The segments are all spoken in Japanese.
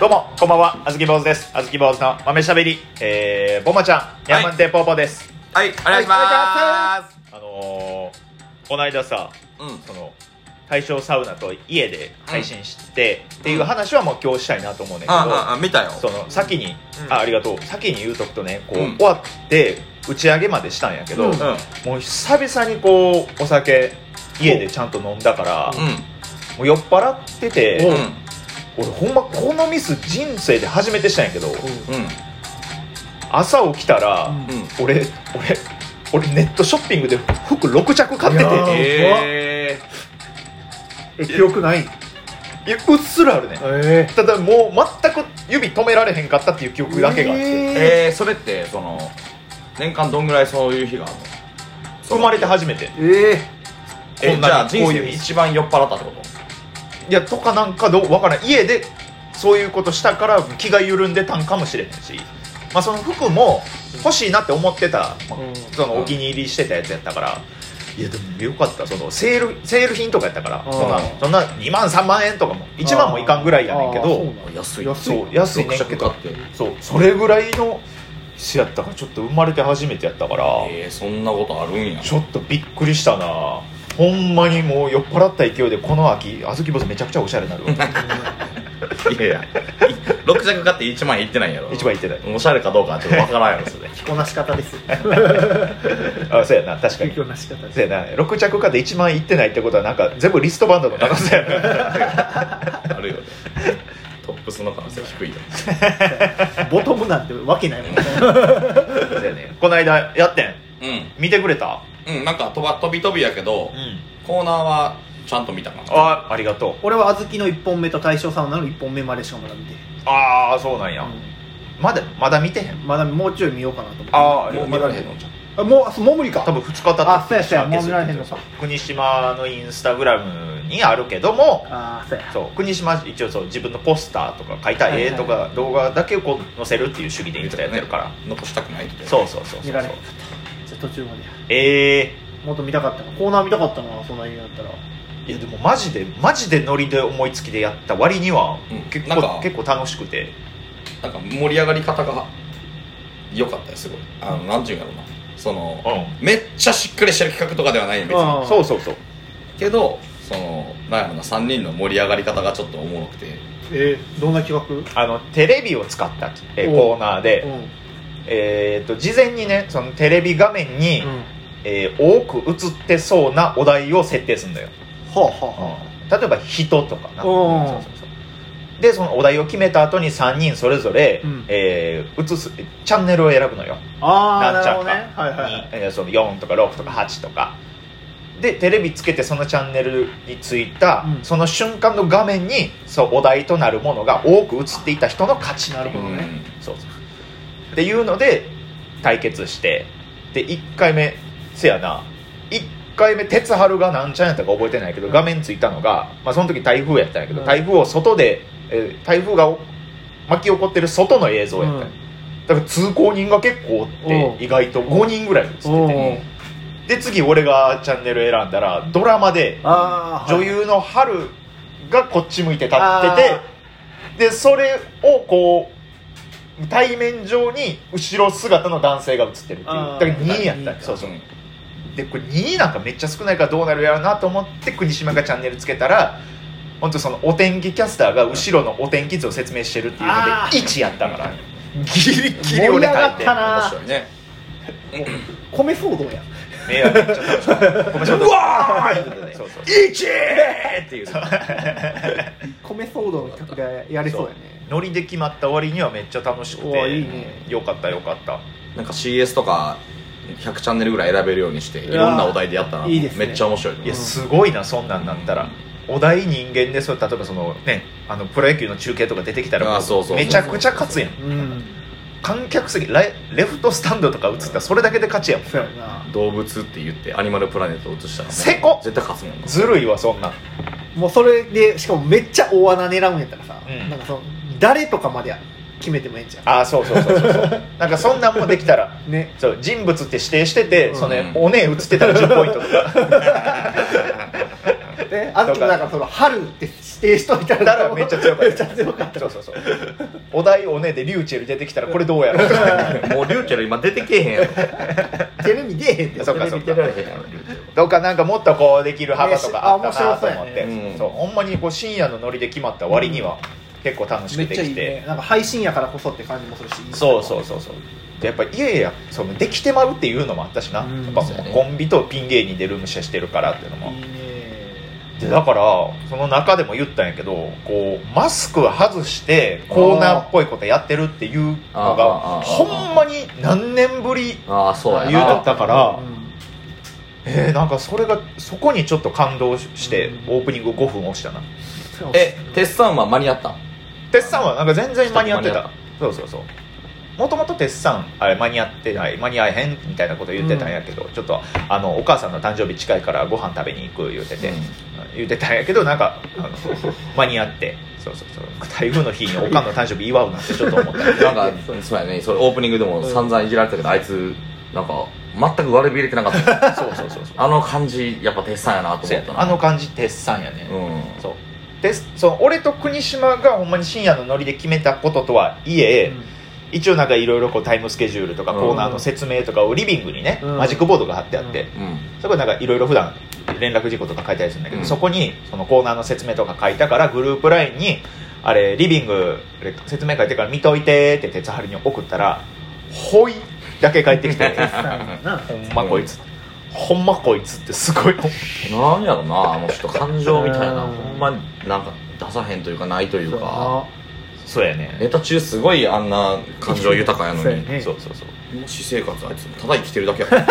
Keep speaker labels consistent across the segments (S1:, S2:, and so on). S1: どうも、こんばんは、あずき坊主です。あずき坊主の豆しゃべり、えー、ぼまちゃん、ヤンマンテぽーぽーです。
S2: はい、お願いします。
S1: あのー、この間さ、
S2: うん、
S1: その、対象サウナと家で配信して、っていう話はもう今日したいなと思うねんだけど、
S2: ああ、あ見たよ。
S1: その先に、
S2: うん
S1: あありがとう先に言うとくとねこう、
S2: うん
S1: 終わって打ち上げまでしたんやけど、
S3: うん
S2: うん、うん、
S1: もう久々にこうお酒家でちゃんと飲んだから、もう酔っ払って
S2: う
S1: て、
S2: ん、
S1: 俺ほんまこのミス人生で初めてしたんやけど、
S2: うん、
S1: 朝起きたら、
S3: うん
S2: うん。
S1: 俺俺俺ネットショッピングで服6着買って
S3: いや
S1: て
S2: え
S3: え記憶ない
S1: いやうっすらあるね
S3: え
S1: ただもう全く指止められへんかったっていう記憶だけがあって、
S2: ー、
S3: え
S2: えー、それってその年間どんぐらいそういう日があるの？
S1: 生まれて初めて
S3: ー、え
S2: え
S1: こん
S2: じゃ
S1: な
S2: あ
S1: にこ
S2: 人
S1: う
S2: 生
S1: いう
S2: で一番酔っ払ったってこと？
S1: いやとかなんかどうわからない家でそういうことしたから気が緩んでたんかもしれへんし、まあ、その服も欲しいなって思ってた、まあ
S3: うん
S1: そのお気に入りしてたやつやったからいやでもよかったそのセールセール品とかやったから
S3: うん
S1: そんなそんな2万3万円とかも
S3: ー、
S1: 1万もいかんぐらいやねんけ
S3: あーそうな
S1: ど
S3: んや
S2: 安
S3: い安
S1: そう安いねんけ
S2: 着買
S1: ど
S2: って。
S1: そうそれぐらいのしやったからちょっと生まれて初めてやったから、
S2: えー、そんなことあるんや。
S1: ちょっとびっくりしたなほんまにもう酔っ払った勢いでこの秋小豆坊主めちゃくちゃおしゃれになるわ
S2: いやいや、六着買って一万円いってないやろ。
S1: 一番いってない
S2: おしゃれかどうかちょっとわからんやろそれ。
S3: 着こなし方です
S1: あそうやな確か
S3: 着
S1: に
S3: こなし方です
S1: せやな6着かで1万いってないってことはなんか全部リストバンドの高さや な
S2: あるよね。トップスの可能性は低いよ。
S3: ボトムなんてわけないもんね
S1: せやねこの間やってん
S2: う
S1: 見てくれた
S2: ん、うん、なんか飛ば飛び飛びやけど、
S1: ん
S2: コーナーはちゃんと見たかな。
S1: あありがとう
S3: 俺は小豆の1本目と大正サウナの1本目までしかまだ見てへん、
S1: ああそうなんや、まだまだ見てへん
S3: まだもうちょい見ようかなと思っ
S1: あ
S3: て
S2: もう見られへんのじゃん。
S3: あもうあそうもう無理か
S1: 多分2日経って
S3: あそうやそうやもう見られへんのか
S1: 国島のインスタグラムにあるけども
S3: ああそうや
S1: そう国島一応そう自分のポスターとか書いた絵と
S3: は
S1: か
S3: い
S1: 動画だけをこう載せるっていう主義でインスタやってるから、
S2: 残したくないって
S1: そうそうそうそう
S3: 見られへんかったじゃあ途中までや
S1: ええ
S3: もっと見たかったなコーナー見たかったなそんなにだったら
S1: いやでもマジでマジでノリで思いつきでやった割には
S2: うん
S1: 結
S2: なん
S1: 構,、
S2: か
S1: 結構楽しくて
S2: なんか盛り上がり方が良かったよすごいあのなんていうんやろうなその
S1: う
S2: めっちゃしっかりしてる企画とかではないん別に
S3: あー
S1: そうそうそう
S2: けどそのなんやろな3人の盛り上がり方がちょっとおもろくて
S3: えー、どんな企画
S1: あのテレビを使ったえー
S3: おう
S1: コーナーで、
S3: うん
S1: えー、と事前にねそのテレビ画面に、
S3: うん
S1: えー多く映ってそうなお題を設定するのよ、
S3: はあは
S1: 例えば「人」とかな
S3: おう
S1: そうそうそうでそのお題を決めた後に3人それぞれ、
S3: うん
S1: えー映すチャンネルを選ぶのよ
S3: ああ
S1: な
S3: あなん
S1: ち
S3: る
S1: ゃ
S3: ほ
S1: う
S3: ど
S1: か、
S3: ねはいはいはい
S1: えーその4とか6とか8とかでテレビつけてそのチャンネルについた、
S3: うん
S1: その瞬間の画面にそうお題となるものが多く映っていた人の勝ち
S3: なるほ
S2: う
S3: ど
S2: ん
S3: ね
S1: そうそうっていうので対決してで1回目せやな1回目鉄春がなんちゃんやったか覚えてないけど画面ついたのが、まあ、その時台風やったんやけど、
S3: うん
S1: 台風を外で、えー台風が巻き起こってる外の映像やったんや、
S3: うん
S1: だから通行人が結構おっ
S3: おう
S1: て意外と5人ぐらい映って
S3: お
S1: て
S3: ー
S1: で次俺がチャンネル選んだらドラマで
S3: ああ
S1: 女優の春がこっち向いて立っててでそれをこう対面上に後ろ姿の男性が映ってるっていうだ
S3: あ
S1: か
S3: ー
S1: ら2位やった
S3: 二位か
S1: そうそううんでこれ2位なんかめっちゃ少ないからどうなるやろうなと思って国島がチャンネルつけたら本当そのお天気キャスターが後ろのお天気図を説明してるっていうので
S3: あー
S1: 1やったからギリギリ俺入っ
S3: 盛り
S1: て
S3: 上がったな
S2: 面白いね
S3: 米騒動や
S1: いやめっちゃ楽しかったごめんなさいう
S2: わーい
S1: そうそう
S2: 一っていう
S3: 米騒動の企画でやれそうやね
S1: ノリで決まった割にはめっちゃ楽しく
S3: うわ
S1: て
S3: いいね
S1: よかったよかった
S2: なんか CS とか100チャンネルぐらい選べるようにしていろんなお題でやったら
S3: いいですね
S2: めっちゃ面白いと思
S1: いうやすごいなそんなんなったらお題人間でそれ例えばそのねあのプロ野球の中継とか出てきたら
S2: あ
S1: もう
S2: そうそうそう
S1: めちゃくちゃ勝つやん
S3: うん
S1: 観客席レレフトスタンドとか映ったらそれだけで勝ちやもん
S3: そうやな
S2: 動物って言ってアニマルプラネットを映したらもう
S1: せこ
S2: 絶対勝つもんな
S1: ずるいわそんなん
S3: もうそれでしかもめっちゃ大穴狙うんやったらさ、
S1: うん
S3: なんかその誰とかまでや決めてもええんちゃ
S1: ああそうそうそうそう そうなんかそんなんもできたら
S3: うね
S1: そう人物って指定してて、
S3: うん
S1: そのおねえ映ってたら10ポイントと か
S3: であと
S1: とか
S3: なんかその春って指定しといた
S1: だからめっちゃ強かった
S3: めっちゃ強かった
S1: そうそうそうお題おねでリューチェル出てきたらこれどうやろう
S2: もうリューチェル今出てけえへんやろテレビ出えへんって
S1: そっか
S2: テレビ出られへんやろリューチェル
S1: どうかなんかもっとこうできる幅とかあったなと思っ
S3: ね
S1: て、
S2: 面白そうやねうん
S1: そうほんまにこう深夜のノリで決まった割には結構楽し
S3: め
S1: くで
S3: っちゃい
S1: き
S3: い
S1: て、
S3: ねなんか配信やからこそって感じもするし
S1: そうそうそうそうでやっぱ家やそのできてまうっていうのもあったしな、
S3: うん
S1: やっぱ
S2: そうやね
S1: コンビとピン芸人でルームシェアしてるからっていうのも
S3: いいね
S1: でだからその中でも言ったんやけどこうマスク外してコーナーっぽいことやってるっていうのが
S2: あーあーあー
S1: ほんまに何年ぶり
S2: ああそうや
S1: 言うと
S2: な
S1: ったから
S3: うん
S1: えー、なんかそれがそこにちょっと感動しして
S3: うん
S1: オープニング5分押したな
S2: えテスさんは間に合ったん
S1: 鉄さんはなんか全然間に合って
S2: 間
S1: た
S2: に合っ
S1: そうそうそうもともと鉄さんあれ間に合ってない間に合えへんみたいなこと言ってたんやけど、ちょっとあのお母さんの誕生日近いからご飯食べに行く言うてて、
S2: うん
S1: 言ってたんやけどなんかあの間に合ってそうそうそう台風の日におかんの誕生日祝うなんてちょっと思った けど
S2: なんかそうやねそれオープニングでも散々いじられたけどあいつなんか全く悪びれてなかっ た
S1: そうそうそうそう
S2: あの感じやっぱテスさんやなと
S1: そう
S2: 思
S1: や
S2: った
S1: ね
S2: な
S1: あの感じ鉄さんやね、
S2: うん
S1: そうでその俺と国島がほんまに深夜のノリで決めたこととはいえ、一応なんかいろいろこうタイムスケジュールとか
S2: うん
S1: コーナーの説明とかをリビングにね、
S3: うん
S1: マジックボードが貼ってあって、
S3: うん
S2: うん
S1: そこになんかいろいろ普段連絡事項とか書いたりするんだけど、
S2: うん
S1: そこにそのコーナーの説明とか書いたからグループ LINE に「あれリビングで説明書いてから見といて」って哲治に送ったら「ほい」だけ返ってき て
S3: さあな
S1: 「ほんまこいつ」ほんまこいつってすごい思う
S2: なんやろなあの人感情みたいな
S3: うん
S2: ほんまになんか出さへんというかないというか
S1: そうやね
S2: ネタ中すごいあんな感情豊かやの
S3: そうや
S2: に
S3: ね
S1: そうそうそう
S2: ほんま私生活あいつただ生きてるだけやから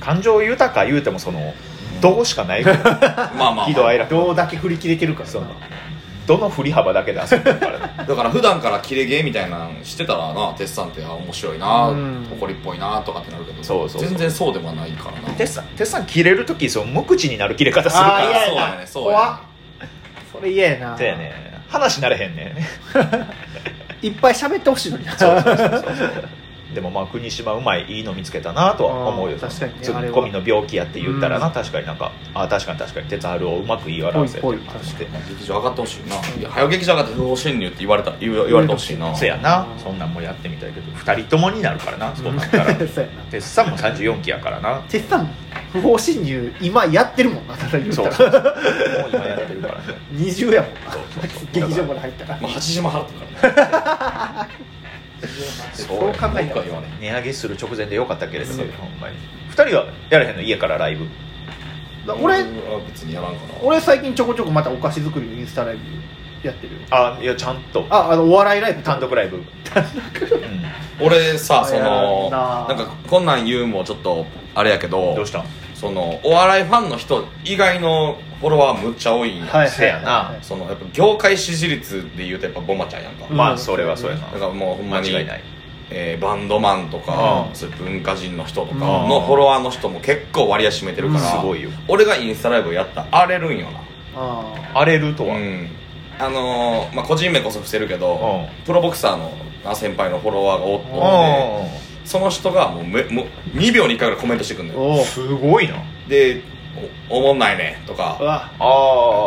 S1: 感情豊か言うてもその「どう」しかない
S2: まあまあ、
S1: 喜怒哀楽
S3: どうだけ振り切れてるから
S1: そう
S3: な
S1: どの振り幅だけで遊んでる からね
S2: だから普段からキレゲーみたいなのしてたらなテスさんってあ面白いな、
S3: うん
S2: 怒りっぽいなとかってなるけど
S1: そうそうそう
S2: 全然そうではないからな
S1: テッサンテッサン切れる時その無口になる切れ方する
S3: あ
S1: か
S3: ーい
S1: ら
S3: や
S2: そうやねそうや
S3: 怖っ
S2: ね
S3: それ嫌やな
S1: そうやね話なれへんね
S3: いっぱい喋ってほしいのにな
S1: でもまあ国島うまいいいの見つけたなとは思うよ
S3: あー確かにね
S1: ツ
S3: あれ
S1: ッ
S3: は
S1: コミの病気やって言ったらな、
S3: うん
S1: 確かになんかあー確かに確かに鉄春をうまく言い表せて
S3: ぽいぽい確かに
S2: 劇場上がってほしいな、いや早劇場上がって不法侵入って言われた言わ言われてほしいな
S1: せやな
S3: うん
S1: そんなんもやってみたいけど2人ともになるからなそうなった ら
S3: そうやな
S1: 鉄さんも34期やから な
S3: てっさん不法侵入今やってるもんなただ言うた
S1: そう
S3: ら
S1: もう今やってるからね
S3: 20やもんな
S1: そうそうそう
S3: 劇場まで入ったら
S2: まあ8時間払ってるからね
S3: そう考えたら
S2: 文句は言わない
S1: 値上げする直前でよかったけれど
S3: そう
S1: ほんまに2人はやれへんの家からライブ
S3: だ
S2: 俺
S3: 俺
S2: は別にやらんかな
S3: 俺最近ちょこちょこまたお菓子作りのインスタライブやってるよ
S1: あいやちゃんと
S3: ああのお笑いライブ
S1: 単独ライブうん
S2: 俺さ
S3: あ
S2: その
S3: や
S2: な
S3: だ
S2: んかこんなん言うもちょっとあれやけど
S1: どうしたん
S2: そのお笑いファンの人以外のフォロワーむっちゃ多いんや、
S3: はい
S1: せやな
S3: はい
S2: そのやっぱ業界支持率で言うとやっぱボマちゃんやんか、
S3: うん
S1: まあそれはそうやな
S2: だからもうほんまに
S1: 間違いない
S2: えーバンドマンとか、
S1: うん
S2: そういう文化人の人とか
S1: うん
S2: のフォロワーの人も結構割合占めてるから、
S1: うんすごいよ
S2: 俺がインスタライブをやったら荒れるんよな
S3: あ
S1: 荒れるとは、
S2: うんあのーまあ、個人名こそ伏せるけど、
S1: う
S2: プロボクサーのあ先輩のフォロワーがおって、
S1: う
S2: その人がもうめもう2秒に1回ぐらいコメントしてくんだ
S3: あ
S2: よ
S3: お
S1: ん
S3: う
S1: すごいな
S2: で「おおもんないね」と
S3: う
S2: か
S3: わ
S1: あ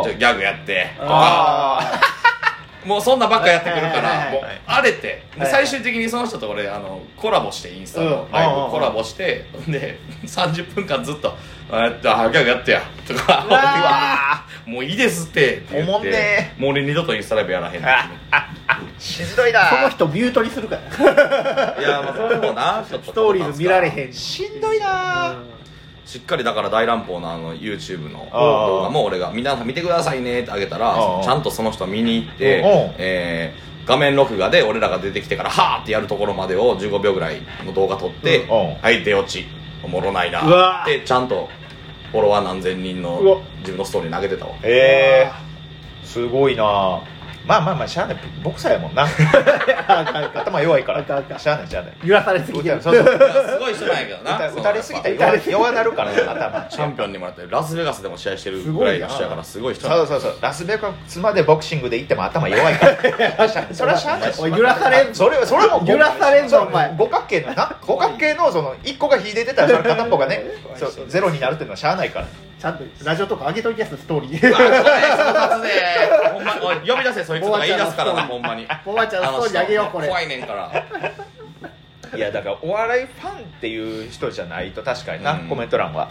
S2: 「ちょギャグやって」とか
S1: あ
S2: もうそんなばっかやってくるか
S3: はいはい
S2: ら
S3: はい
S2: もう荒れてで
S3: はいはい
S2: 最終的にその人と俺あのコラボしてインスタの
S3: うん
S2: ライ
S1: うんうんうん
S2: ブコラボしてで30分間ずっと「あやった早くギャグやってや」とか
S3: うわ
S2: 「もういいですって」って言って
S1: おもんね
S2: もう俺二度とインスタライブやらへんって
S1: しんどい
S3: その
S1: な
S3: 人ミュートにするから
S2: いやまあそうもなちょっと
S3: ストーリーズ見られへん
S1: しんどいな
S3: うん
S2: しっかりだから大乱暴なあの YouTube の
S1: あー
S2: 動画も俺が「皆さん見てくださいね」ってあげたら
S1: あー
S2: ちゃんとその人見に行っ
S1: うん
S2: て、えー画面録画で俺らが出てきてから「はーってやるところまでを15秒ぐらいの動画撮って
S1: うんうん
S2: 「はい出落ちおもろないな
S3: うわ」
S2: っ
S3: ー
S2: てちゃんとフォロワー何千人の
S3: うわ
S2: 自分のストーリー投げてたわ
S1: えー、すごいなまあまあまあしゃあないボクサーやもん な頭弱いか
S3: あかんあか
S1: ら
S3: ん
S1: しゃあないしゃあない
S3: 揺らされすぎてる
S1: そうそう
S2: いやすごい人なんやけどな
S1: 打たれすぎたら
S2: よ
S1: 弱弱なるからね頭
S2: チャンピオンにもらってラスベガスでも試合してるぐらいの人やからすごい人
S1: そうそうそうラスベガスまでボクシングで行っても頭弱いから それはしゃあないし
S3: おい揺らされん
S1: それはそれはもう
S3: 揺らされんぞ
S1: そう
S3: お前
S1: 五角形のな五角形のその一個が引いててたらそれ片っぽがねそうゼロになるっていうのはしゃあないから
S3: ちゃんとラジオとか上げといてやつストーリー
S2: そうねそのほんまおい呼び出せそいつとか言い出すからなほんまに
S3: ボバちゃんストーリー上げようこれ
S2: 怖いねんから
S1: いやだからお笑いファンっていう人じゃないと確かにな、
S2: うん
S1: コメント欄は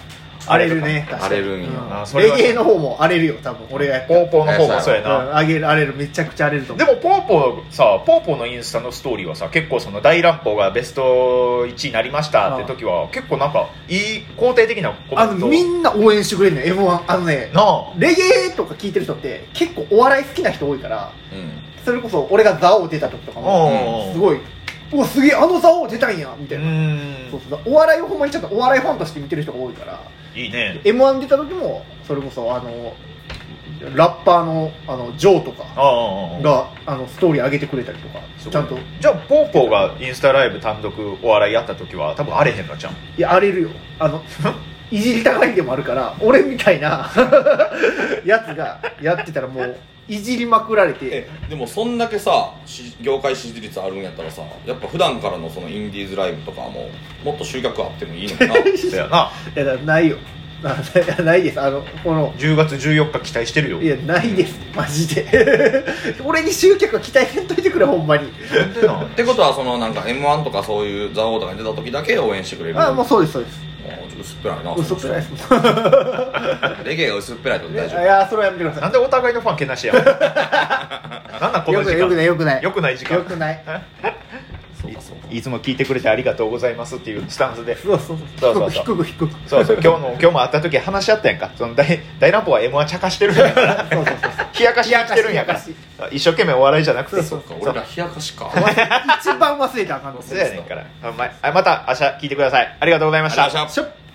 S3: 荒れるね確か
S2: 荒
S3: に
S2: れるんや
S1: な
S3: うん
S1: それは
S3: レゲエの方も荒れるよ多分俺がやった
S1: ポ
S3: ら
S1: ーポーの方もそうやな、
S3: うん荒げる荒れるめちゃくちゃ荒れると思
S1: で
S3: う
S1: もポーポーさポーポーのインスタのストーリーはさ結構その大乱歩がベスト1位になりましたって時は結構なんかいい肯定的なコ
S3: あ
S1: メ
S3: の
S1: ント
S3: みんな応援してくれんねん m 1あのね
S1: なあ
S3: レゲエとか聞いてる人って結構お笑い好きな人多いから
S2: うん
S3: それこそ俺が「ザオ出た時とかも
S1: うん
S3: すごい「うわすげえあの「ザオ出たんや」みた
S1: う
S3: いな、
S1: ん
S3: そうそうお笑いをほんまにちょっとお笑いファンとして見てる人が多いから
S1: いいね
S3: m 1出た時もそれこそあのラッパーのあのジョーとか
S1: ああ
S3: があのストーリー上げてくれたりとか
S2: すごい
S3: ちゃんと
S1: じゃあポーポーがインスタライブ単独お笑いやった時は多分荒れへんのちゃん
S3: いや荒れるよあの いじりたがりでもあるから俺みたいな やつがやってたらもういじりまくられて
S2: えでもそんだけさし業界支持率あるんやったらさやっぱ普段からのそのインディーズライブとかももっと集客あってもいい のかな
S1: そやな
S3: いやだからないよあいやないですあのこの
S1: 10月14日期待してるよ
S3: いやないですマジで 俺に集客は期待せんといてくれほんまに
S1: なんでなん
S2: ってことはそのなんか m 1とかそういう「ザ王とかに出た時だけ応援してくれる
S3: あもうそうですそうです
S2: もう薄っぺらいな
S3: 嘘つらいです
S2: レゲエが薄っぺらいってこ
S3: い
S2: と大丈夫
S3: やそれはやめてくださ
S1: なんでお互いのファンけな しやなんなん
S3: い
S1: こ
S3: よ
S1: の時
S3: くない
S1: 間
S3: よくないよくな
S1: よくな
S3: い
S1: い時間
S3: よくない
S2: そうかそうか
S1: いつも聞いてくれてありがとうございますっていうスタンスで
S3: そうそう
S1: そうそ
S3: そうう
S1: そう
S3: 低く低く低く
S1: そうそう今日の今日も会った時話し合ったやんかその大大乱歩は m 1茶化してるんやから
S3: そうそうそう
S1: 冷やかしに来てるんやから
S3: 冷や
S1: 一生懸命お笑いじゃなくて
S3: そう
S2: そうか俺ら冷やかしか
S3: 一番忘れたらあかんの
S1: そうやねんからあまあまた明日聞いてくださいありがとうございました
S2: ありがとうございました
S3: しょっ